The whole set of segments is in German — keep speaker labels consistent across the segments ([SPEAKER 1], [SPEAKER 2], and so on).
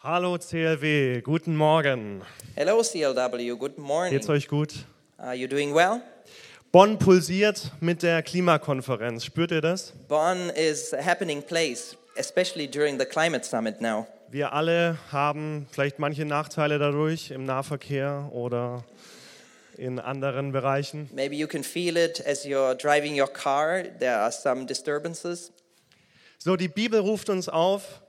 [SPEAKER 1] Hallo CLW, guten Morgen.
[SPEAKER 2] Hello, CLW. Good morning.
[SPEAKER 1] Geht's euch gut?
[SPEAKER 2] Are you doing well?
[SPEAKER 1] Bonn pulsiert mit der Klimakonferenz. Spürt ihr das?
[SPEAKER 2] Bonn is a happening place, especially during the climate summit now.
[SPEAKER 1] Wir alle haben vielleicht manche Nachteile dadurch im Nahverkehr oder in anderen Bereichen.
[SPEAKER 2] Maybe you can feel it as you're driving your car. There are some disturbances.
[SPEAKER 1] So, die Bibel ruft uns auf,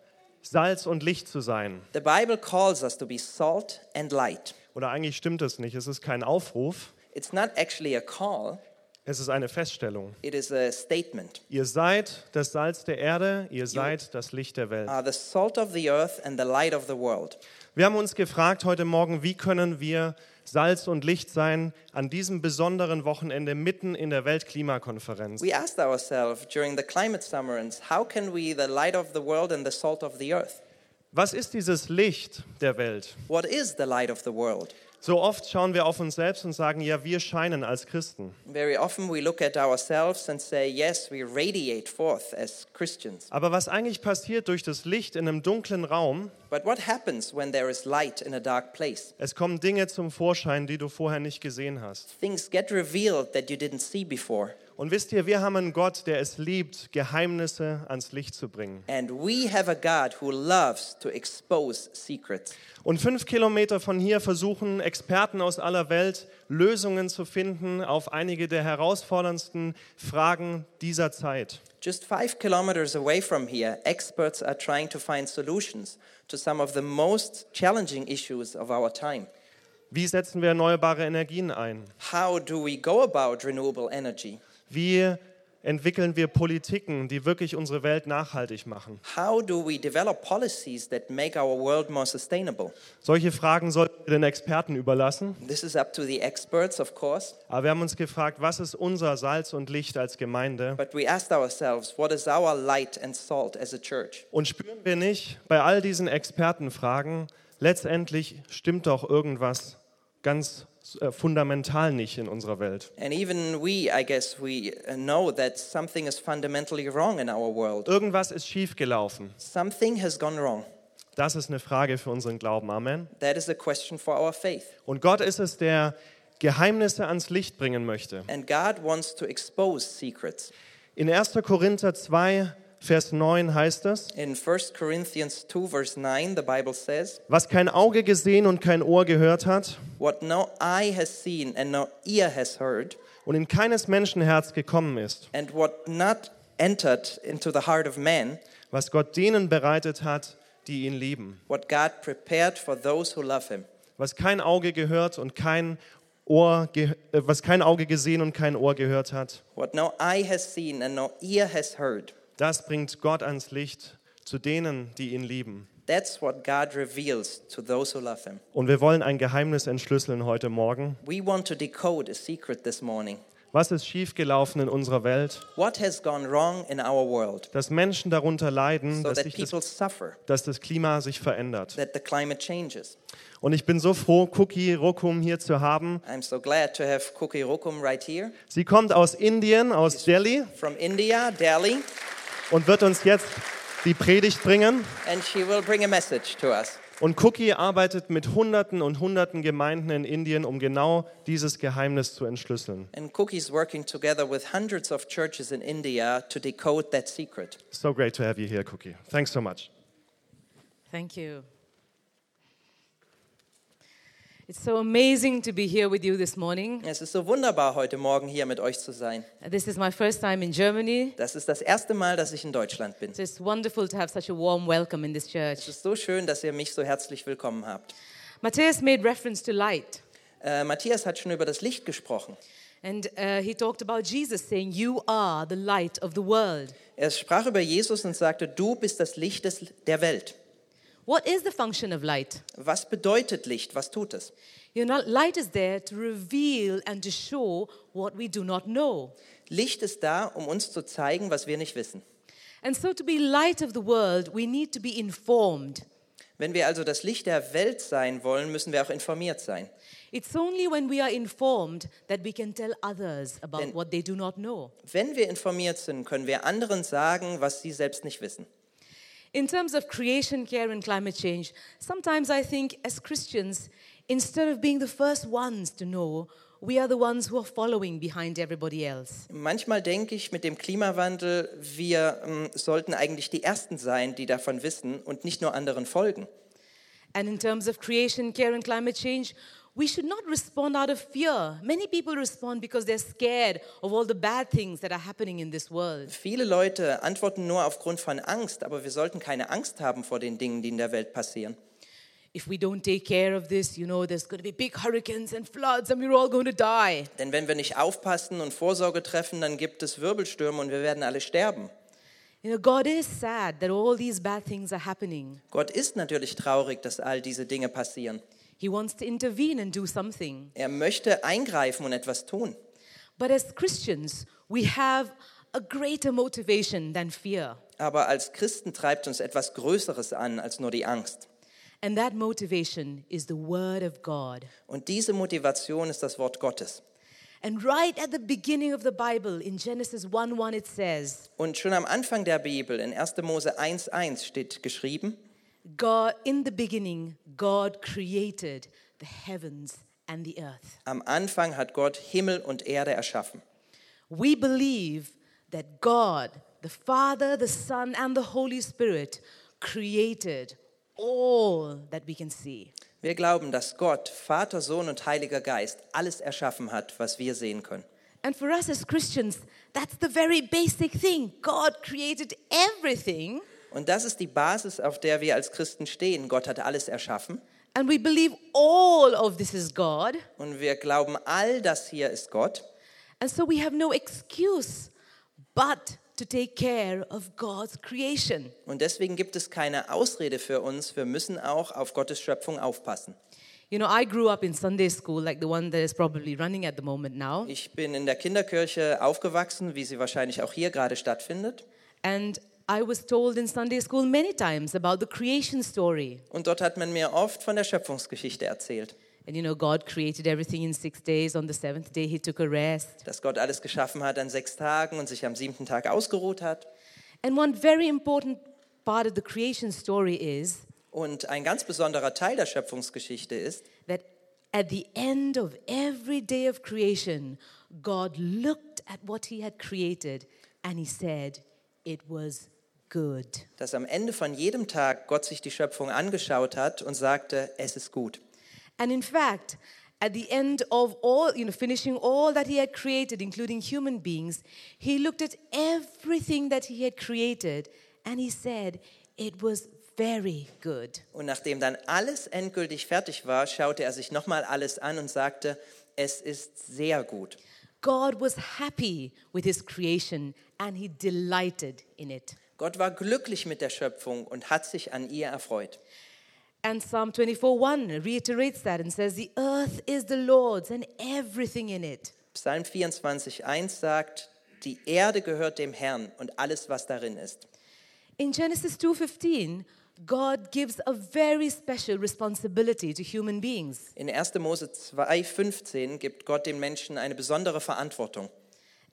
[SPEAKER 1] Salz und Licht zu sein.
[SPEAKER 2] The Bible calls us to be salt and light.
[SPEAKER 1] Oder eigentlich stimmt es nicht. Es ist kein Aufruf,
[SPEAKER 2] It's not actually a call,
[SPEAKER 1] es ist eine Feststellung.
[SPEAKER 2] it is a statement.
[SPEAKER 1] Ihr seid das Salz der Erde, ihr seid das Licht der Welt.
[SPEAKER 2] Are Uh, the salt of the earth and the light of the world.
[SPEAKER 1] Wir haben uns gefragt heute Morgen, wie können wir Salz und Licht sein an diesem besonderen Wochenende mitten in der Weltklimakonferenz.
[SPEAKER 2] We asked ourselves during the climate summons, how can we, the light of the world and the salt of the earth?
[SPEAKER 1] Was ist dieses Licht der Welt?
[SPEAKER 2] What is the light of the world?
[SPEAKER 1] So oft schauen wir auf uns selbst und sagen, ja, wir scheinen als Christen.
[SPEAKER 2] Very often we look at ourselves and say, yes, we radiate forth as Christians.
[SPEAKER 1] Aber was eigentlich passiert durch das Licht in einem dunklen Raum,
[SPEAKER 2] But what happens when there is light in a dark place?
[SPEAKER 1] es kommen Dinge zum Vorschein, die du vorher nicht gesehen hast.
[SPEAKER 2] Things get revealed that you didn't see before.
[SPEAKER 1] Und wisst ihr, wir haben einen Gott, der es liebt, Geheimnisse ans Licht zu bringen.
[SPEAKER 2] And we have a God who loves to expose secrets.
[SPEAKER 1] Und fünf Kilometer von hier versuchen Experten aus aller Welt Lösungen zu finden auf einige der herausforderndsten Fragen dieser Zeit.
[SPEAKER 2] Just five kilometers away from here, experts are trying to find solutions to some of the most challenging issues of our time.
[SPEAKER 1] Wie setzen wir erneuerbare Energien ein?
[SPEAKER 2] How do we go about renewable energy?
[SPEAKER 1] Wie entwickeln wir Politiken, die wirklich unsere Welt nachhaltig machen?
[SPEAKER 2] How do we develop policies that make our world more sustainable?
[SPEAKER 1] Solche Fragen sollten wir den Experten überlassen.
[SPEAKER 2] This is up to the experts, of course,
[SPEAKER 1] Aber wir haben uns gefragt, was ist unser Salz und Licht als Gemeinde?
[SPEAKER 2] but we asked ourselves, what is our light and salt as a church?
[SPEAKER 1] Und spüren wir nicht bei all diesen Expertenfragen, letztendlich stimmt doch irgendwas ganz äh, fundamental nicht in unserer Welt.
[SPEAKER 2] And even we, I guess, we uh, know that something is fundamentally wrong in our world.
[SPEAKER 1] Irgendwas ist schiefgelaufen.
[SPEAKER 2] Something has gone wrong.
[SPEAKER 1] Das ist eine Frage für unseren Glauben. Amen.
[SPEAKER 2] That is a question for our faith.
[SPEAKER 1] Und Gott ist es, der Geheimnisse ans Licht bringen möchte.
[SPEAKER 2] And God wants to expose secrets.
[SPEAKER 1] In 1. Korinther 2, Vers 9 heißt es,
[SPEAKER 2] In 1 Corinthians 2, verse 9, the Bible says,
[SPEAKER 1] was kein Auge gesehen und kein Ohr gehört hat
[SPEAKER 2] What no eye has seen and no ear has heard,
[SPEAKER 1] und in keines Menschenherz gekommen ist,
[SPEAKER 2] and what not entered into the heart of man,
[SPEAKER 1] was Gott denen bereitet hat, die ihn lieben.
[SPEAKER 2] what God prepared for those who love him.
[SPEAKER 1] was kein Auge gehört und kein Ohr, ge äh, was kein Auge gesehen und kein Ohr gehört hat,
[SPEAKER 2] What no eye has seen and no ear has heard,
[SPEAKER 1] das bringt Gott ans Licht zu denen, die ihn lieben.
[SPEAKER 2] that's what God reveals to those who love Him.
[SPEAKER 1] Und wir wollen ein Geheimnis entschlüsseln heute Morgen.
[SPEAKER 2] We want to decode a secret this morning.
[SPEAKER 1] Was ist schiefgelaufen in unserer Welt?
[SPEAKER 2] What has gone wrong in our world
[SPEAKER 1] Dass Menschen darunter leiden,
[SPEAKER 2] so
[SPEAKER 1] dass,
[SPEAKER 2] that
[SPEAKER 1] sich das,
[SPEAKER 2] people suffer,
[SPEAKER 1] dass das Klima sich verändert.
[SPEAKER 2] that the climate changes?
[SPEAKER 1] Und ich bin so froh, Cookie Rokum hier zu haben.
[SPEAKER 2] I'm so glad to have Kuki Rokum right here
[SPEAKER 1] Sie kommt aus Indien, aus Delhi
[SPEAKER 2] from India, Delhi,
[SPEAKER 1] und wird uns jetzt die Predigt bringen.
[SPEAKER 2] and she will bring a message to us.
[SPEAKER 1] Und Cookie arbeitet mit Hunderten und Hunderten Gemeinden in Indien, um genau dieses Geheimnis zu entschlüsseln.
[SPEAKER 2] And Cookie's working together with hundreds of churches in India to decode that secret.
[SPEAKER 1] So great to have you here, Cookie. Thanks so much.
[SPEAKER 3] Thank you. It's so amazing to be here with you this morning.
[SPEAKER 2] Es ist so wunderbar, heute Morgen hier mit euch zu sein.
[SPEAKER 3] This is my first time in Germany,
[SPEAKER 2] Das ist das erste Mal, dass ich in Deutschland bin.
[SPEAKER 3] so it's wonderful to have such a warm welcome in this
[SPEAKER 2] Es
[SPEAKER 3] church.
[SPEAKER 2] ist so schön, dass ihr mich so herzlich willkommen habt.
[SPEAKER 3] Matthias made reference to light,
[SPEAKER 2] Äh, Matthias hat schon über das Licht gesprochen.
[SPEAKER 3] and uh, he talked about Jesus saying, You are the light of the world.
[SPEAKER 2] Er sprach über Jesus und sagte, du bist das Licht des, der Welt.
[SPEAKER 3] What is the function of light?
[SPEAKER 2] Was bedeutet Licht? Was tut es?
[SPEAKER 3] You know, light is there to reveal and to show what we do not know.
[SPEAKER 2] Licht ist da, um uns zu zeigen, was wir nicht wissen.
[SPEAKER 3] And so, to be light of the world, we need to be informed.
[SPEAKER 2] Wenn wir also das Licht der Welt sein wollen, müssen wir auch informiert sein.
[SPEAKER 3] It's only when we are informed that we can tell others about
[SPEAKER 2] Then-
[SPEAKER 3] what they do not know.
[SPEAKER 2] Wenn wir informiert sind, können wir anderen sagen, was sie selbst nicht wissen.
[SPEAKER 3] In terms of creation care and climate change, sometimes I think as Christians, instead of being the first ones to know, we are the ones who are following behind everybody else.
[SPEAKER 2] Manchmal denke ich mit dem Klimawandel, wir ähm, sollten eigentlich die Ersten sein, die davon wissen und nicht nur anderen folgen.
[SPEAKER 3] And in terms of creation care and climate change, we should not respond out of fear. Many people respond because they're scared of all the bad things that are happening in this world.
[SPEAKER 2] Viele Leute antworten nur aufgrund von Angst, aber wir sollten keine Angst haben vor den Dingen, die in der Welt passieren.
[SPEAKER 3] If we don't take care of this, you know, there's going to be big hurricanes and floods and we're all going to die.
[SPEAKER 2] Denn wenn wir nicht aufpassen und Vorsorge treffen, dann gibt es Wirbelstürme und wir werden alle sterben.
[SPEAKER 3] You know, God is sad that all these bad things are happening.
[SPEAKER 2] Gott ist natürlich traurig, dass all diese Dinge passieren.
[SPEAKER 3] He wants to intervene and do something.
[SPEAKER 2] Er möchte eingreifen und etwas tun.
[SPEAKER 3] But as Christians, we have a greater motivation than fear.
[SPEAKER 2] Aber als Christen treibt uns etwas Größeres an als nur die Angst.
[SPEAKER 3] And that motivation is the Word of God.
[SPEAKER 2] Und diese Motivation ist das Wort Gottes.
[SPEAKER 3] And right at the beginning of the Bible, in Genesis 1 1, it says,
[SPEAKER 2] Und schon am Anfang der Bibel, in 1. Mose 1,1 steht geschrieben:
[SPEAKER 3] God, in the beginning, God created the heavens and the earth.
[SPEAKER 2] Am Anfang hat Gott Himmel und Erde erschaffen.
[SPEAKER 3] We believe that God, the Father, the Son, and the Holy Spirit created all that we can see.
[SPEAKER 2] Wir glauben, dass Gott, Vater, Sohn und Heiliger Geist alles erschaffen hat, was wir sehen können.
[SPEAKER 3] And for us as Christians, that's the very basic thing. God created everything,
[SPEAKER 2] Und das ist die Basis, auf der wir als Christen stehen. Gott hat alles erschaffen
[SPEAKER 3] and we believe all of this is God.
[SPEAKER 2] und wir glauben, all das hier ist Gott.
[SPEAKER 3] And so we have no excuse but to take care of God's creation.
[SPEAKER 2] Und deswegen gibt es keine Ausrede für uns. Wir müssen auch auf Gottes Schöpfung aufpassen.
[SPEAKER 3] You know, I grew up in Sunday school, like the one that is probably running at the moment now.
[SPEAKER 2] Ich bin in der Kinderkirche aufgewachsen, wie sie wahrscheinlich auch hier gerade stattfindet.
[SPEAKER 3] And I was told in Sunday school many times about the creation story.
[SPEAKER 2] Und dort hat man mir oft von der Schöpfungsgeschichte erzählt,
[SPEAKER 3] And you know, God created everything in six days. On the seventh day, He took a rest.
[SPEAKER 2] dass Gott alles geschaffen hat an sechs Tagen und sich am siebten Tag ausgeruht hat.
[SPEAKER 3] And one very important part of the creation story is
[SPEAKER 2] Und ein ganz besonderer Teil der Schöpfungsgeschichte ist,
[SPEAKER 3] that at the end of every day of creation, God looked at what He had created and He said, It was good.
[SPEAKER 2] dass am Ende von jedem Tag Gott sich die Schöpfung angeschaut hat und sagte, es ist gut.
[SPEAKER 3] And in fact, at the end of all, you know, finishing all that He had created, including human beings, He looked at everything that He had created and He said, It was very good.
[SPEAKER 2] Und nachdem dann alles endgültig fertig war, schaute er sich nochmal alles an und sagte, es ist sehr gut.
[SPEAKER 3] God was happy with His creation and He delighted in it.
[SPEAKER 2] Gott war glücklich mit der Schöpfung und hat sich an ihr erfreut.
[SPEAKER 3] And Psalm 24:1 reiterates that and says, "The earth is the Lord's and everything in it."
[SPEAKER 2] Psalm 24,1 sagt, die Erde gehört dem Herrn und alles, was darin ist.
[SPEAKER 3] In Genesis 2:15, God gives a very special responsibility to human beings.
[SPEAKER 2] In 1. Mose 2,15 gibt Gott den Menschen eine besondere Verantwortung.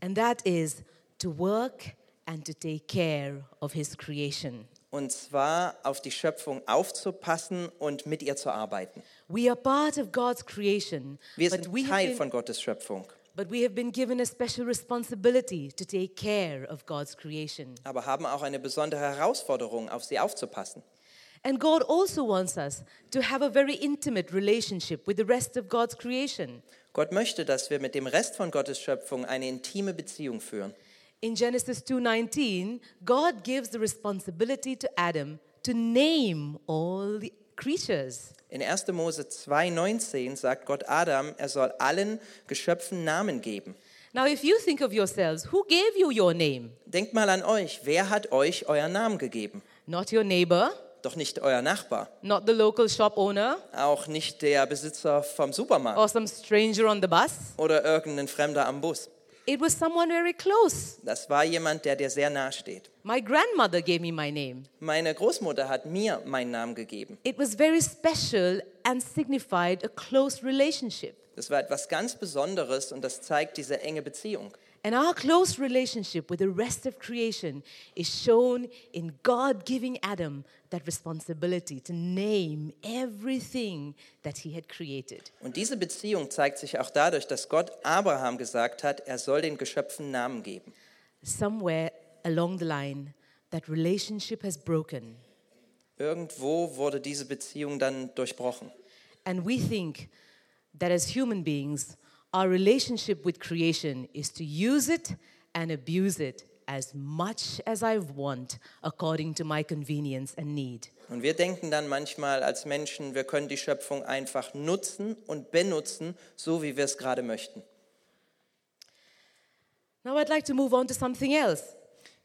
[SPEAKER 3] And that is to work and to take care of his creation.
[SPEAKER 2] Und zwar auf die Schöpfung aufzupassen und mit ihr zu arbeiten.
[SPEAKER 3] We are part of God's creation,
[SPEAKER 2] Wir
[SPEAKER 3] but
[SPEAKER 2] sind
[SPEAKER 3] we,
[SPEAKER 2] Teil
[SPEAKER 3] have been,
[SPEAKER 2] von Gottes Schöpfung,
[SPEAKER 3] but we have been given a special responsibility to take care of God's creation.
[SPEAKER 2] aber haben auch eine besondere Herausforderung, auf sie aufzupassen.
[SPEAKER 3] And God also wants us to have a very intimate relationship with the rest of God's creation.
[SPEAKER 2] Gott möchte, dass wir mit dem Rest von Gottes Schöpfung eine intime Beziehung führen.
[SPEAKER 3] In Genesis 2:19, God gives the responsibility to Adam to name all the creatures.
[SPEAKER 2] In 1. Mose 2,19 sagt Gott Adam, er soll allen Geschöpfen Namen geben.
[SPEAKER 3] Now if you think of yourselves, who gave you your name?
[SPEAKER 2] Denkt mal an euch, wer hat euch euren Namen gegeben?
[SPEAKER 3] Not your neighbor,
[SPEAKER 2] Doch nicht euer Nachbar,
[SPEAKER 3] not the local shop owner
[SPEAKER 2] auch nicht der Besitzer vom Supermarkt
[SPEAKER 3] or some stranger on the bus.
[SPEAKER 2] oder irgendein Fremder am Bus.
[SPEAKER 3] It was someone very close.
[SPEAKER 2] Das war jemand, der dir sehr nahe steht.
[SPEAKER 3] My grandmother gave me my name.
[SPEAKER 2] Meine Großmutter hat mir meinen Namen gegeben.
[SPEAKER 3] It was very special and signified a close relationship.
[SPEAKER 2] Das war etwas ganz Besonderes und das zeigt diese enge Beziehung.
[SPEAKER 3] And our close relationship with the rest of creation is shown in God giving Adam that responsibility to name everything that he had created.
[SPEAKER 2] Und diese Beziehung zeigt sich auch dadurch, dass Gott Abraham gesagt hat, er soll den Geschöpfen Namen geben.
[SPEAKER 3] Somewhere along the line, that relationship has broken.
[SPEAKER 2] Irgendwo wurde diese Beziehung dann durchbrochen.
[SPEAKER 3] And we think that as human beings, our relationship with creation is to use it and abuse it as much as I want according to my convenience and need.
[SPEAKER 2] Und wir denken dann manchmal als Menschen, wir können die Schöpfung einfach nutzen und benutzen, so wie wir es gerade möchten.
[SPEAKER 3] Now I'd like to move on to something else.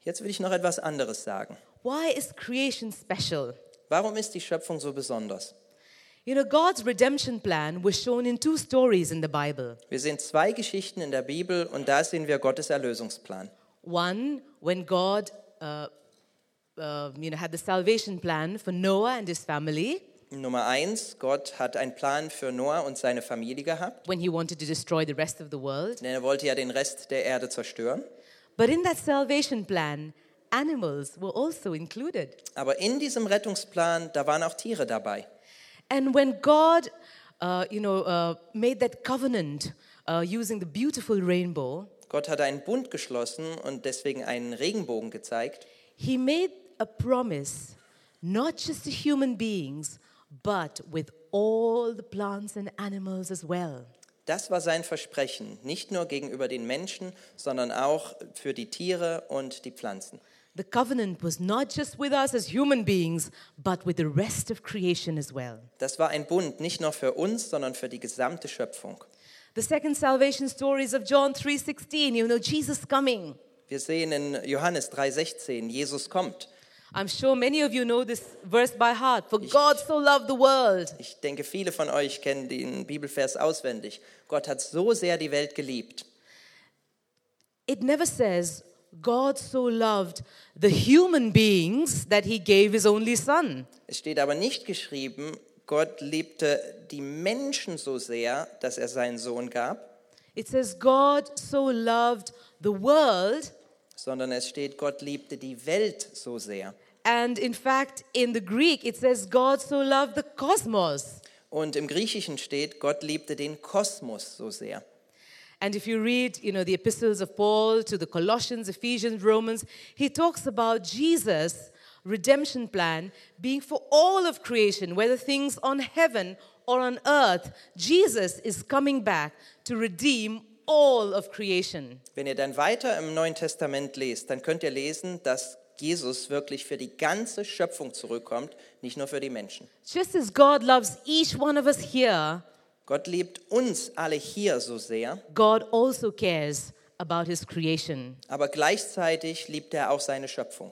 [SPEAKER 2] Jetzt will ich noch etwas anderes sagen.
[SPEAKER 3] Why is creation special?
[SPEAKER 2] Warum ist die Schöpfung so besonders?
[SPEAKER 3] You know, God's redemption plan was shown in two stories in the Bible.
[SPEAKER 2] Wir sehen zwei Geschichten in der Bibel und da sehen wir Gottes Erlösungsplan.
[SPEAKER 3] One, when God uh, uh, you know, had the salvation plan for Noah and his family
[SPEAKER 2] Nummer eins, Gott hat einen Plan für Noah und seine Familie gehabt,
[SPEAKER 3] when he wanted to destroy the rest of the world.
[SPEAKER 2] denn er wollte ja den Rest der Erde zerstören.
[SPEAKER 3] But in that salvation plan, animals were also included.
[SPEAKER 2] Aber in diesem Rettungsplan, da waren auch Tiere dabei.
[SPEAKER 3] And when God, uh, you know, uh, made that covenant uh, using the beautiful rainbow,
[SPEAKER 2] Gott hat einen Bund geschlossen und deswegen einen Regenbogen gezeigt.
[SPEAKER 3] He made a promise, not just to human beings, but with all the plants and animals as well.
[SPEAKER 2] Das war sein Versprechen, nicht nur gegenüber den Menschen, sondern auch für die Tiere und die Pflanzen.
[SPEAKER 3] The covenant was not just with us as human beings, but with the rest of creation as well.
[SPEAKER 2] Das war ein Bund, nicht nur für uns, sondern für die gesamte Schöpfung.
[SPEAKER 3] The second salvation story is of John 3:16, you know, Jesus coming.
[SPEAKER 2] Wir sehen in Johannes 3:16, Jesus kommt.
[SPEAKER 3] I'm sure many of you know this verse by heart. For God so loved the world
[SPEAKER 2] Ich denke, viele von euch kennen den Bibelvers auswendig. Gott hat so sehr die Welt geliebt.
[SPEAKER 3] It never says, God so loved the human beings that he gave his only son.
[SPEAKER 2] Es steht aber nicht geschrieben, Gott liebte die Menschen so sehr, dass er seinen Sohn gab,
[SPEAKER 3] It says, God so loved the world.
[SPEAKER 2] sondern es steht, Gott liebte die Welt so sehr.
[SPEAKER 3] And in fact, in the Greek, it says, God so loved the cosmos.
[SPEAKER 2] Und im Griechischen steht, Gott liebte den Kosmos so sehr.
[SPEAKER 3] And if you read, you know, the epistles of Paul to the Colossians, Ephesians, Romans, he talks about Jesus' redemption plan being for all of creation, whether things on heaven or on earth. Jesus is coming back to redeem all of creation.
[SPEAKER 2] Wenn ihr dann weiter im Neuen Testament lest, dann könnt ihr lesen, dass Jesus wirklich für die ganze Schöpfung zurückkommt, nicht nur für die Menschen.
[SPEAKER 3] Just as God loves each one of us here,
[SPEAKER 2] Gott liebt uns alle hier so sehr,
[SPEAKER 3] God also cares about his creation.
[SPEAKER 2] aber gleichzeitig liebt er auch seine Schöpfung.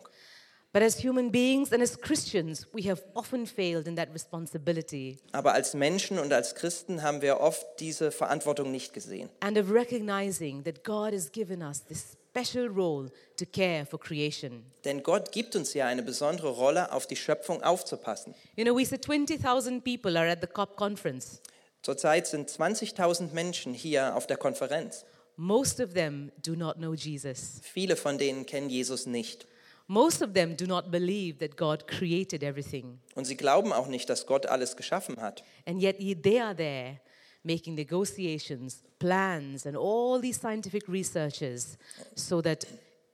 [SPEAKER 3] But as human beings and as Christians, we have often failed in that responsibility.
[SPEAKER 2] Aber als Menschen und als Christen haben wir oft diese Verantwortung nicht gesehen.
[SPEAKER 3] and of recognizing that God has given us this special role to care for creation.
[SPEAKER 2] Denn Gott gibt uns ja eine besondere Rolle, auf die Schöpfung aufzupassen.
[SPEAKER 3] You know, we said 20,000 people are at the COP conference.
[SPEAKER 2] Zurzeit sind 20.000 Menschen hier auf der Konferenz.
[SPEAKER 3] Most of them do not know Jesus.
[SPEAKER 2] Viele von denen kennen Jesus nicht.
[SPEAKER 3] Most of them do not believe that God created everything.
[SPEAKER 2] Und sie glauben auch nicht, dass Gott alles geschaffen hat.
[SPEAKER 3] And yet ye- they are there making negotiations, plans, and all these scientific researches so that,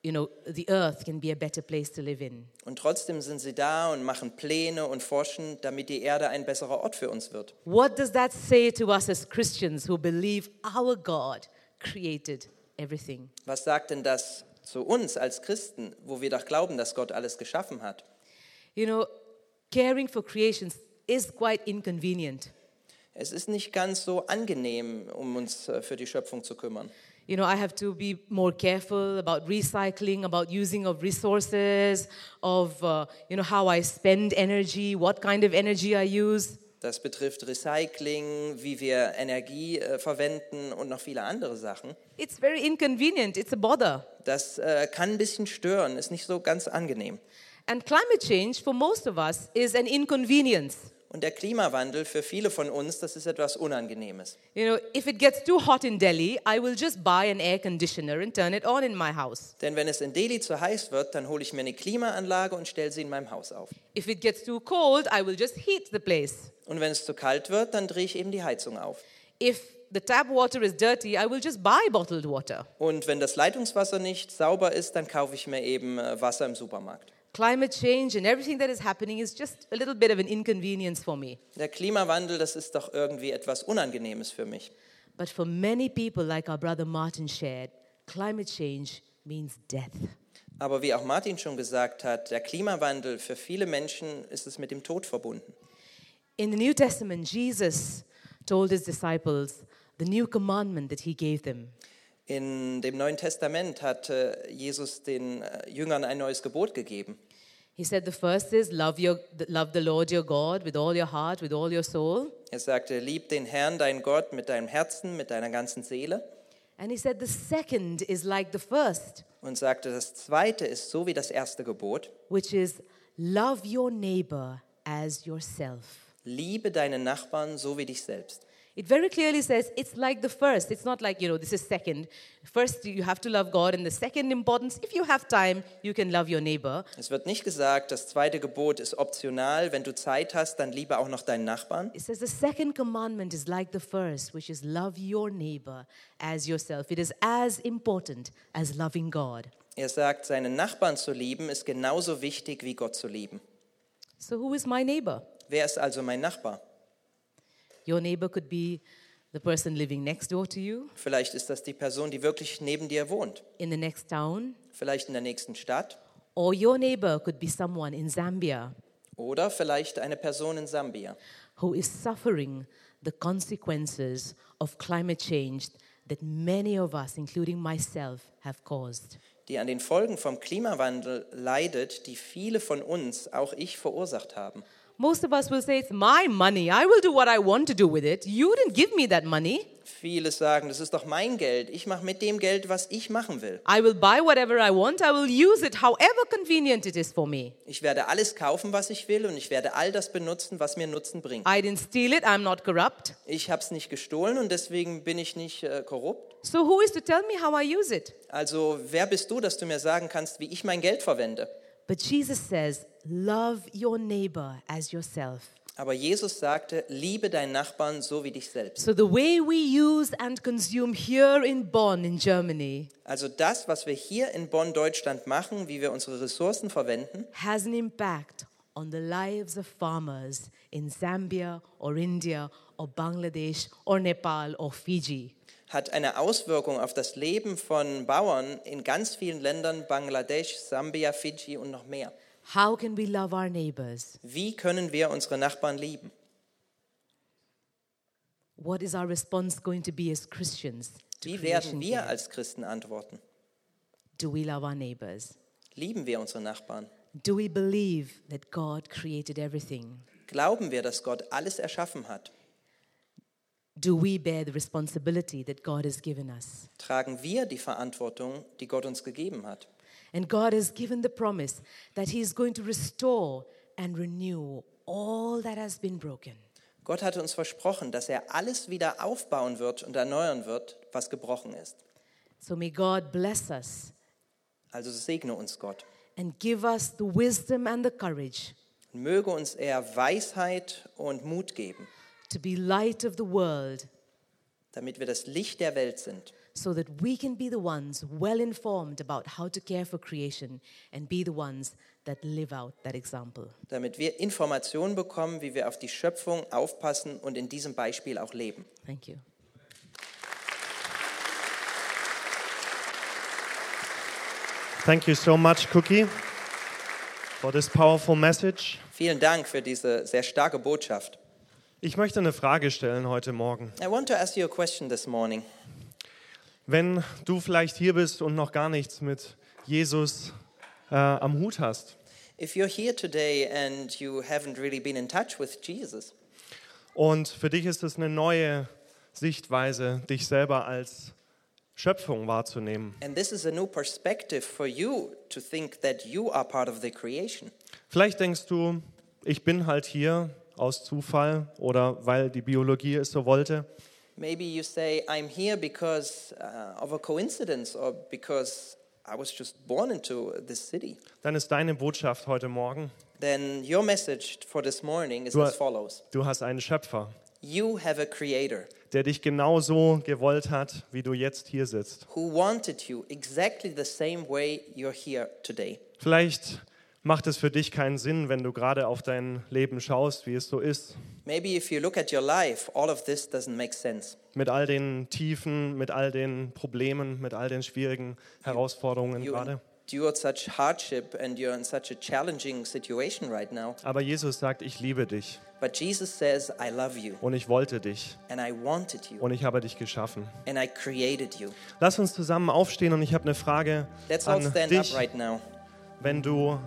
[SPEAKER 3] you know, the earth can be a better place to live in.
[SPEAKER 2] Und trotzdem sind sie da und machen Pläne und forschen, damit die Erde ein besserer Ort für uns wird.
[SPEAKER 3] What does that say to us as Christians who believe our God created everything?
[SPEAKER 2] Was sagt denn das zu uns als Christen, wo wir doch glauben, dass Gott alles geschaffen hat?
[SPEAKER 3] You know, caring for creation is quite inconvenient.
[SPEAKER 2] Es ist nicht ganz so angenehm, um uns äh, für die Schöpfung zu kümmern.
[SPEAKER 3] You know, I have to be more careful about recycling, about using of resources, of, uh, you know, how I spend energy, what kind of energy I use.
[SPEAKER 2] Das betrifft Recycling, wie wir Energie äh, verwenden und noch viele andere Sachen.
[SPEAKER 3] It's very inconvenient, it's a bother.
[SPEAKER 2] Das äh, kann ein bisschen stören, ist nicht so ganz angenehm.
[SPEAKER 3] And climate change, for most of us, is an inconvenience.
[SPEAKER 2] Und der Klimawandel für viele von uns, das ist etwas Unangenehmes.
[SPEAKER 3] You know, if it gets too hot in Delhi, I will just buy an air conditioner and turn it on in my house.
[SPEAKER 2] Denn wenn es in Delhi zu heiß wird, dann hole ich mir eine Klimaanlage und stelle sie in meinem Haus auf.
[SPEAKER 3] If it gets too cold, I will just heat the place.
[SPEAKER 2] Und wenn es zu kalt wird, dann drehe ich eben die Heizung auf.
[SPEAKER 3] If the tap water is dirty, I will just buy bottled water.
[SPEAKER 2] Und wenn das Leitungswasser nicht sauber ist, dann kaufe ich mir eben äh, Wasser im Supermarkt.
[SPEAKER 3] Climate change and everything that is happening is just a little bit of an inconvenience for me.
[SPEAKER 2] Der Klimawandel, das ist doch irgendwie etwas Unangenehmes für mich.
[SPEAKER 3] But for many people, like our brother Martin shared, climate change means death.
[SPEAKER 2] Aber wie auch Martin schon gesagt hat, der Klimawandel, für viele Menschen ist es mit dem Tod verbunden.
[SPEAKER 3] In the New Testament, Jesus told his disciples the new commandment that he gave them.
[SPEAKER 2] In dem Neuen Testament hat äh, Jesus den äh, Jüngern ein neues Gebot gegeben.
[SPEAKER 3] He said the first is love, your, love the Lord your God with all your heart, with all your soul.
[SPEAKER 2] Er sagte, lieb den Herrn, deinen Gott, mit deinem Herzen, mit deiner ganzen Seele.
[SPEAKER 3] And he said the second is like the first,
[SPEAKER 2] Und sagte, das zweite ist so wie das erste Gebot,
[SPEAKER 3] which is love your neighbor as yourself.
[SPEAKER 2] liebe deinen Nachbarn so wie dich selbst.
[SPEAKER 3] It very clearly says it's like the first. It's not like, you know, this is second. First, you have to love God, and the second importance, if you have time, you can love your neighbor.
[SPEAKER 2] Es wird nicht gesagt, das zweite Gebot ist optional, wenn du Zeit hast, dann liebe auch noch deinen Nachbarn.
[SPEAKER 3] It says the second commandment is like the first, which is love your neighbor as yourself. It is as important as loving God.
[SPEAKER 2] Er sagt, seinen Nachbarn zu lieben ist genauso wichtig wie Gott zu lieben.
[SPEAKER 3] So, who is my neighbor?
[SPEAKER 2] Wer ist also mein Nachbar?
[SPEAKER 3] Your neighbor could be the person living next door to you,
[SPEAKER 2] Vielleicht ist das die Person, die wirklich neben dir wohnt,
[SPEAKER 3] in the next town,
[SPEAKER 2] vielleicht in der nächsten Stadt
[SPEAKER 3] or your neighbor could be someone in Zambia
[SPEAKER 2] oder vielleicht eine Person in Sambia,
[SPEAKER 3] who is suffering the consequences of climate change that many of us, including myself, have caused.
[SPEAKER 2] die an den Folgen vom Klimawandel leidet, die viele von uns, auch ich, verursacht haben.
[SPEAKER 3] Most of us will say, It's my money. I will do what I want to do with it. You didn't give me that money.
[SPEAKER 2] Viele sagen, das ist doch mein Geld, ich mache mit dem Geld, was ich machen will.
[SPEAKER 3] I will buy whatever I want. I will use it however convenient it is for me.
[SPEAKER 2] Ich werde alles kaufen, was ich will und ich werde all das benutzen, was mir Nutzen bringt.
[SPEAKER 3] I didn't steal it. I'm not corrupt.
[SPEAKER 2] Ich habe es nicht gestohlen und deswegen bin ich nicht äh, korrupt.
[SPEAKER 3] So, who is to tell me how I use it?
[SPEAKER 2] Also wer bist du, dass du mir sagen kannst, wie ich mein Geld verwende?
[SPEAKER 3] But Jesus says, Love your neighbor as yourself.
[SPEAKER 2] Aber Jesus sagte, liebe deinen Nachbarn so wie dich selbst.
[SPEAKER 3] So, the way we use and consume here in Bonn, in Germany,
[SPEAKER 2] Also das, was wir hier in Bonn, Deutschland machen, wie wir unsere Ressourcen verwenden,
[SPEAKER 3] has an impact on the lives of farmers in Zambia or India or Bangladesh or Nepal or Fiji.
[SPEAKER 2] hat eine Auswirkung auf das Leben von Bauern in ganz vielen Ländern, Bangladesch, Sambia, Fidschi und noch mehr.
[SPEAKER 3] How can we love our neighbors?
[SPEAKER 2] Wie können wir unsere Nachbarn lieben?
[SPEAKER 3] What is our response going to be as Christians? to
[SPEAKER 2] Wie
[SPEAKER 3] creation
[SPEAKER 2] werden
[SPEAKER 3] care?
[SPEAKER 2] wir als Christen antworten?
[SPEAKER 3] Do we love our neighbors?
[SPEAKER 2] Lieben wir unsere Nachbarn?
[SPEAKER 3] Do we believe that God created everything?
[SPEAKER 2] Glauben wir, dass Gott alles erschaffen hat?
[SPEAKER 3] Do we bear the responsibility that God has given us?
[SPEAKER 2] Tragen wir die Verantwortung, die Gott uns gegeben hat?
[SPEAKER 3] And God has given the promise that He is going to restore and renew all that has been broken.
[SPEAKER 2] Gott hatte uns versprochen, dass er alles wieder aufbauen wird und erneuern wird, was gebrochen ist.
[SPEAKER 3] So may God bless us
[SPEAKER 2] Also segne uns Gott.
[SPEAKER 3] and give us the wisdom and the courage
[SPEAKER 2] Möge uns er Weisheit und Mut geben,
[SPEAKER 3] to be light of the world
[SPEAKER 2] damit wir das Licht der Welt sind,
[SPEAKER 3] so that we can be the ones well informed about how to care for creation and be the ones that live out that example.
[SPEAKER 2] damit wir Informationen bekommen, wie wir auf die Schöpfung aufpassen und in diesem Beispiel auch leben.
[SPEAKER 3] Thank you.
[SPEAKER 1] Thank you so much, Cookie, for this powerful message.
[SPEAKER 2] Vielen Dank für diese sehr starke Botschaft.
[SPEAKER 1] Ich möchte eine Frage stellen heute Morgen.
[SPEAKER 2] I want to ask you a question this morning.
[SPEAKER 1] Wenn du vielleicht hier bist und noch gar nichts mit Jesus äh, am Hut hast
[SPEAKER 2] If you're here today and you haven't really been in touch with Jesus,
[SPEAKER 1] und für dich ist es eine neue Sichtweise, dich selber als Schöpfung wahrzunehmen.
[SPEAKER 2] And this is a new perspective for you to think that you are part of the creation.
[SPEAKER 1] Vielleicht denkst du, ich bin halt hier aus Zufall oder weil die Biologie es so wollte.
[SPEAKER 2] Maybe you say, I'm here because uh, of a coincidence or because I was just born into this city.
[SPEAKER 1] Dann ist deine Botschaft heute Morgen,
[SPEAKER 2] Then your message for this morning is
[SPEAKER 1] Du-
[SPEAKER 2] as follows
[SPEAKER 1] du hast einen Schöpfer,
[SPEAKER 2] You have a creator
[SPEAKER 1] der dich genau so gewollt hat, wie du jetzt hier sitzt.
[SPEAKER 2] who wanted you exactly the same way you're here today.
[SPEAKER 1] Vielleicht macht es für dich keinen Sinn, wenn du gerade auf dein Leben schaust, wie es so ist,
[SPEAKER 2] Maybe if you look at your life, all of this doesn't make sense.
[SPEAKER 1] mit all den Tiefen, mit all den Problemen, mit all den schwierigen Herausforderungen
[SPEAKER 2] You
[SPEAKER 1] gerade.
[SPEAKER 2] endured such hardship and you're in such a challenging situation right now.
[SPEAKER 1] Aber Jesus sagt, ich liebe dich
[SPEAKER 2] But Jesus says, I love you
[SPEAKER 1] und ich wollte dich
[SPEAKER 2] and I wanted you
[SPEAKER 1] und ich habe dich geschaffen.
[SPEAKER 2] and I created you.
[SPEAKER 1] Lass uns zusammen aufstehen und ich habe eine Frage
[SPEAKER 2] Let's all
[SPEAKER 1] an
[SPEAKER 2] stand up
[SPEAKER 1] dich,
[SPEAKER 2] right now.
[SPEAKER 1] wenn du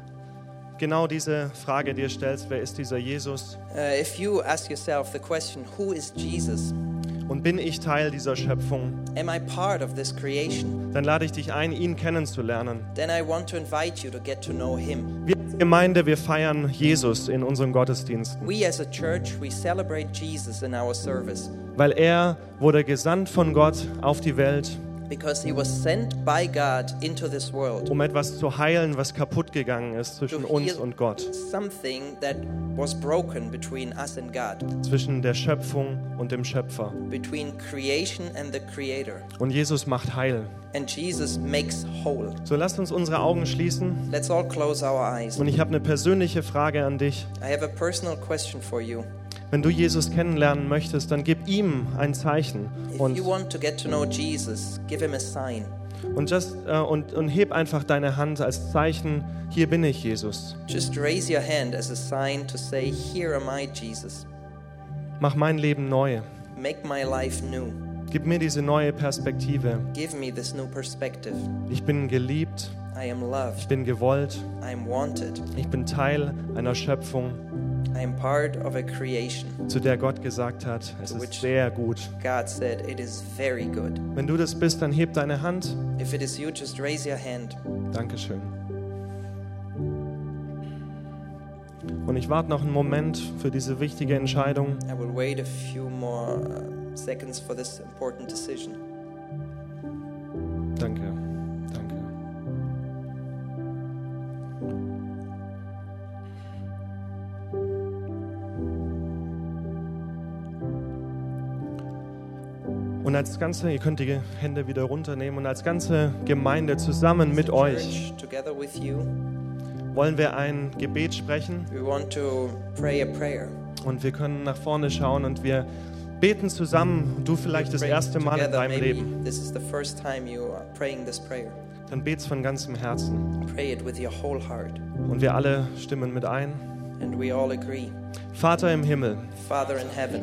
[SPEAKER 1] genau diese Frage dir stellst, wer ist dieser Jesus
[SPEAKER 2] Uh, if you ask yourself the question, Who is Jesus?
[SPEAKER 1] und bin ich Teil dieser Schöpfung,
[SPEAKER 2] Am I part of this creation?
[SPEAKER 1] dann lade ich dich ein, ihn kennenzulernen.
[SPEAKER 2] Then I want to invite you to get to know Him.
[SPEAKER 1] Wir als Gemeinde, wir feiern Jesus in unseren Gottesdiensten,
[SPEAKER 2] We as a church, we celebrate Jesus in our service
[SPEAKER 1] weil er wurde gesandt von Gott auf die Welt,
[SPEAKER 2] because He was sent by God into this world
[SPEAKER 1] um etwas zu heilen, was kaputt gegangen ist zwischen
[SPEAKER 2] to
[SPEAKER 1] uns
[SPEAKER 2] heal
[SPEAKER 1] und Gott,
[SPEAKER 2] something that was broken between us and God,
[SPEAKER 1] zwischen der Schöpfung und dem Schöpfer.
[SPEAKER 2] between creation and the Creator.
[SPEAKER 1] Und Jesus macht heil.
[SPEAKER 2] And Jesus makes whole.
[SPEAKER 1] So lasst uns unsere Augen schließen
[SPEAKER 2] Let's all close our eyes.
[SPEAKER 1] und ich habe eine persönliche Frage an dich.
[SPEAKER 2] I have a personal question for you.
[SPEAKER 1] Wenn du Jesus kennenlernen möchtest, dann gib ihm ein Zeichen
[SPEAKER 2] If
[SPEAKER 1] und,
[SPEAKER 2] you want to get to know Jesus, give Him a sign.
[SPEAKER 1] und, just, äh, und, und heb einfach deine Hand als Zeichen, hier bin ich Jesus.
[SPEAKER 2] Just raise your hand as a sign to say, Here am I, Jesus.
[SPEAKER 1] Mach mein Leben neu.
[SPEAKER 2] Make my life new.
[SPEAKER 1] Gib mir diese neue Perspektive.
[SPEAKER 2] Give me this new perspective.
[SPEAKER 1] Ich bin geliebt,
[SPEAKER 2] I am
[SPEAKER 1] ich
[SPEAKER 2] loved.
[SPEAKER 1] bin gewollt,
[SPEAKER 2] I am wanted.
[SPEAKER 1] ich bin Teil einer Schöpfung,
[SPEAKER 2] I am part of a creation.
[SPEAKER 1] zu der Gott gesagt hat, es ist sehr gut.
[SPEAKER 2] God said, It is very good.
[SPEAKER 1] Wenn du das bist, dann heb deine Hand.
[SPEAKER 2] If it is you, just raise your hand.
[SPEAKER 1] Dankeschön. Und ich warte noch einen Moment für diese wichtige Entscheidung.
[SPEAKER 2] I will wait a few more uh, seconds for this important decision.
[SPEAKER 1] Danke, danke. Und als ganze, ihr könnt die Hände wieder runternehmen und als ganze Gemeinde zusammen mit
[SPEAKER 2] The
[SPEAKER 1] euch
[SPEAKER 2] Church, together with you,
[SPEAKER 1] wollen wir ein Gebet sprechen
[SPEAKER 2] we want to pray a prayer.
[SPEAKER 1] und wir können nach vorne schauen und wir beten zusammen. Du vielleicht das
[SPEAKER 2] Pray
[SPEAKER 1] erste Mal in
[SPEAKER 2] together,
[SPEAKER 1] deinem
[SPEAKER 2] maybe
[SPEAKER 1] Leben.
[SPEAKER 2] This is the first time you are praying this prayer.
[SPEAKER 1] Dann bet's von ganzem Herzen
[SPEAKER 2] Pray it with your whole heart.
[SPEAKER 1] und wir alle stimmen mit ein.
[SPEAKER 2] And we all agree.
[SPEAKER 1] Vater im Himmel,
[SPEAKER 2] Father in heaven,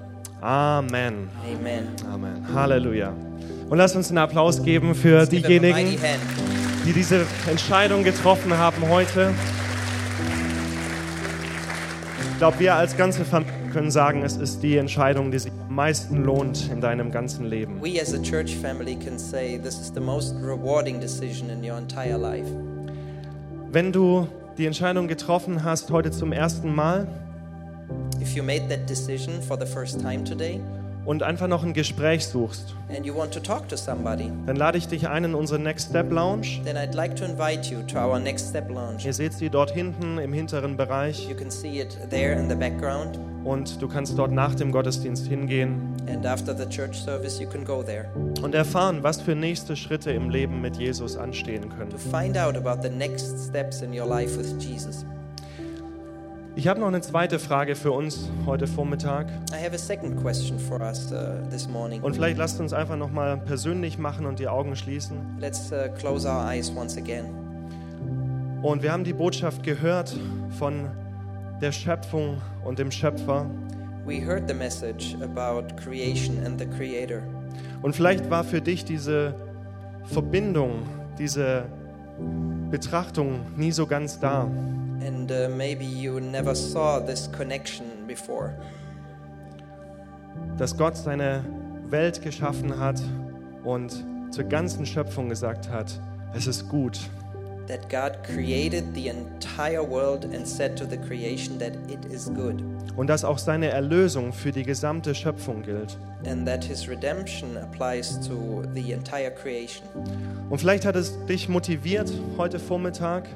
[SPEAKER 1] Amen.
[SPEAKER 2] Amen.
[SPEAKER 1] Amen. Halleluja. Und lasst uns einen Applaus geben für
[SPEAKER 2] Give him a mighty
[SPEAKER 1] diejenigen,
[SPEAKER 2] hand.
[SPEAKER 1] die diese Entscheidung getroffen haben heute. Ich glaube, wir als ganze Familie können sagen, es ist die Entscheidung, die sich am meisten lohnt in deinem ganzen Leben.
[SPEAKER 2] We as a church family can say this is the most rewarding decision in your entire life.
[SPEAKER 1] Wenn du die Entscheidung getroffen hast heute zum ersten Mal
[SPEAKER 2] If you made that decision for the first time today
[SPEAKER 1] und einfach noch ein Gespräch suchst,
[SPEAKER 2] and you want to talk to somebody,
[SPEAKER 1] dann lade ich dich ein in unsere Next Step Lounge.
[SPEAKER 2] then I'd like to invite you to our next step lounge.
[SPEAKER 1] Ihr seht sie dort hinten im hinteren Bereich
[SPEAKER 2] You can see it there in the background,
[SPEAKER 1] und du kannst dort nach dem Gottesdienst hingehen
[SPEAKER 2] and after the church service, you can go there
[SPEAKER 1] und erfahren, was für nächste Schritte im Leben mit Jesus anstehen können.
[SPEAKER 2] to find out about the next steps in your life with Jesus.
[SPEAKER 1] Ich habe noch eine zweite Frage für uns heute Vormittag.
[SPEAKER 2] I have a second question for us uh, this morning.
[SPEAKER 1] Und vielleicht lasst uns einfach nochmal persönlich machen und die Augen schließen.
[SPEAKER 2] Let's uh, close our eyes once again.
[SPEAKER 1] Und wir haben die Botschaft gehört von der Schöpfung und dem Schöpfer.
[SPEAKER 2] We heard the message about creation and the Creator.
[SPEAKER 1] Und vielleicht war für dich diese Verbindung, diese Betrachtung nie so ganz da.
[SPEAKER 2] And uh, maybe you never saw this connection before
[SPEAKER 1] dass Gott seine Welt geschaffen hat und zur ganzen Schöpfung gesagt hat, es ist gut.
[SPEAKER 2] that God created the entire world and said to the creation that it is good,
[SPEAKER 1] Und dass auch seine Erlösung für die gesamte Schöpfung gilt.
[SPEAKER 2] and that His redemption applies to the entire creation.
[SPEAKER 1] Und vielleicht hat es dich motiviert heute Vormittag,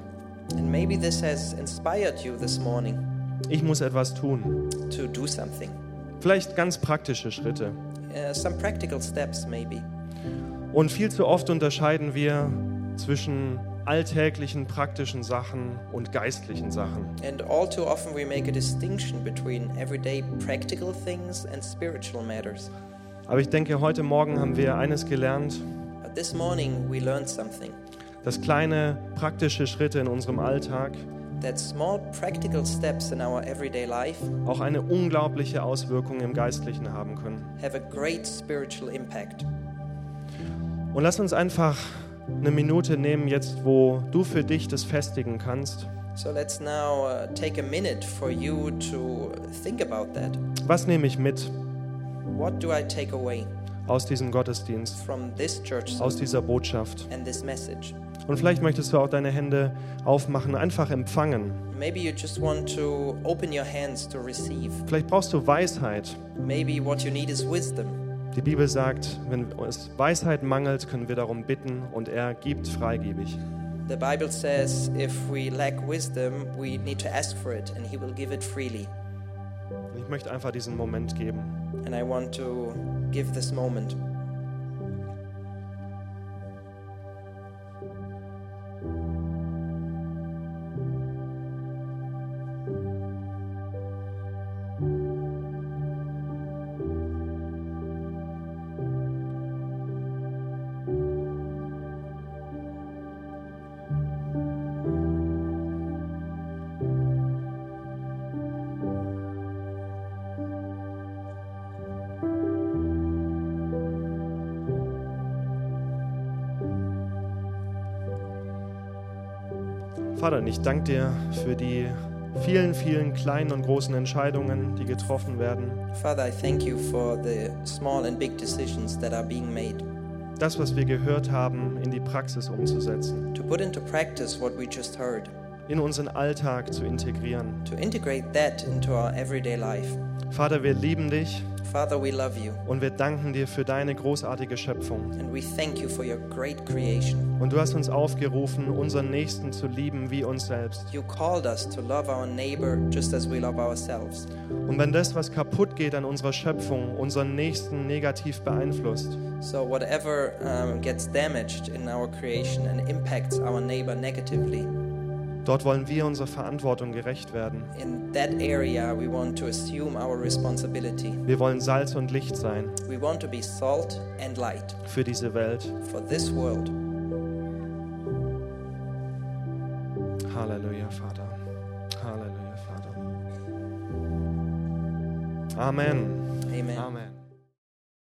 [SPEAKER 2] And maybe this has inspired you this morning
[SPEAKER 1] ich muss etwas tun.
[SPEAKER 2] to do something.
[SPEAKER 1] Vielleicht ganz praktische Schritte.
[SPEAKER 2] Uh, some practical steps, maybe.
[SPEAKER 1] Und viel zu oft unterscheiden wir zwischen alltäglichen praktischen Sachen und geistlichen Sachen.
[SPEAKER 2] And all too often we make a distinction between everyday practical things and spiritual matters.
[SPEAKER 1] Aber ich denke, heute Morgen haben wir eines gelernt,
[SPEAKER 2] But this morning we learned something
[SPEAKER 1] dass kleine praktische Schritte in unserem Alltag
[SPEAKER 2] that small practical steps in our everyday life
[SPEAKER 1] auch eine unglaubliche Auswirkung im Geistlichen haben können.
[SPEAKER 2] have a great spiritual impact.
[SPEAKER 1] Und lass uns einfach eine Minute nehmen, jetzt wo du für dich das festigen kannst.
[SPEAKER 2] So let's now uh, take a minute for you to think about that.
[SPEAKER 1] Was nehme ich mit
[SPEAKER 2] What do I take away
[SPEAKER 1] aus diesem Gottesdienst,
[SPEAKER 2] from this church
[SPEAKER 1] aus dieser Botschaft?
[SPEAKER 2] and this message?
[SPEAKER 1] Und vielleicht möchtest du auch deine Hände aufmachen, einfach empfangen.
[SPEAKER 2] Maybe you just want to open your hands to receive.
[SPEAKER 1] Vielleicht brauchst du Weisheit.
[SPEAKER 2] Maybe what you need is wisdom.
[SPEAKER 1] Die Bibel sagt, wenn es Weisheit mangelt, können wir darum bitten und er gibt freigebig.
[SPEAKER 2] The Bible says if we lack wisdom, we need to ask for it and He will give it freely.
[SPEAKER 1] Und ich möchte einfach diesen Moment geben.
[SPEAKER 2] And I want to give this moment.
[SPEAKER 1] Vater, und ich danke dir für die vielen, vielen kleinen und großen Entscheidungen, die getroffen werden.
[SPEAKER 2] Father, I thank you for the small and big decisions that are being made
[SPEAKER 1] Das, was wir gehört haben, in die Praxis umzusetzen,
[SPEAKER 2] to put into practice what we just heard.
[SPEAKER 1] in unseren Alltag zu integrieren.
[SPEAKER 2] to integrate that into our everyday life.
[SPEAKER 1] Vater, wir lieben dich
[SPEAKER 2] Father, we love you
[SPEAKER 1] und wir danken dir für deine großartige Schöpfung.
[SPEAKER 2] and we thank you for your great creation.
[SPEAKER 1] Und du hast uns aufgerufen, unseren Nächsten zu lieben wie uns selbst.
[SPEAKER 2] You called us to love our neighbor just as we love ourselves.
[SPEAKER 1] Und wenn das, was kaputt geht an unserer Schöpfung, unseren Nächsten negativ beeinflusst,
[SPEAKER 2] So, whatever um, gets damaged in our creation and impacts our neighbor negatively,
[SPEAKER 1] dort wollen wir unserer Verantwortung gerecht werden.
[SPEAKER 2] in that area we want to assume our responsibility.
[SPEAKER 1] Wir wollen Salz und Licht sein
[SPEAKER 2] We want to be salt and light
[SPEAKER 1] für diese Welt.
[SPEAKER 2] for this world.
[SPEAKER 1] Halleluja, Vater. Halleluja, Vater. Amen.
[SPEAKER 2] Amen.
[SPEAKER 1] Amen.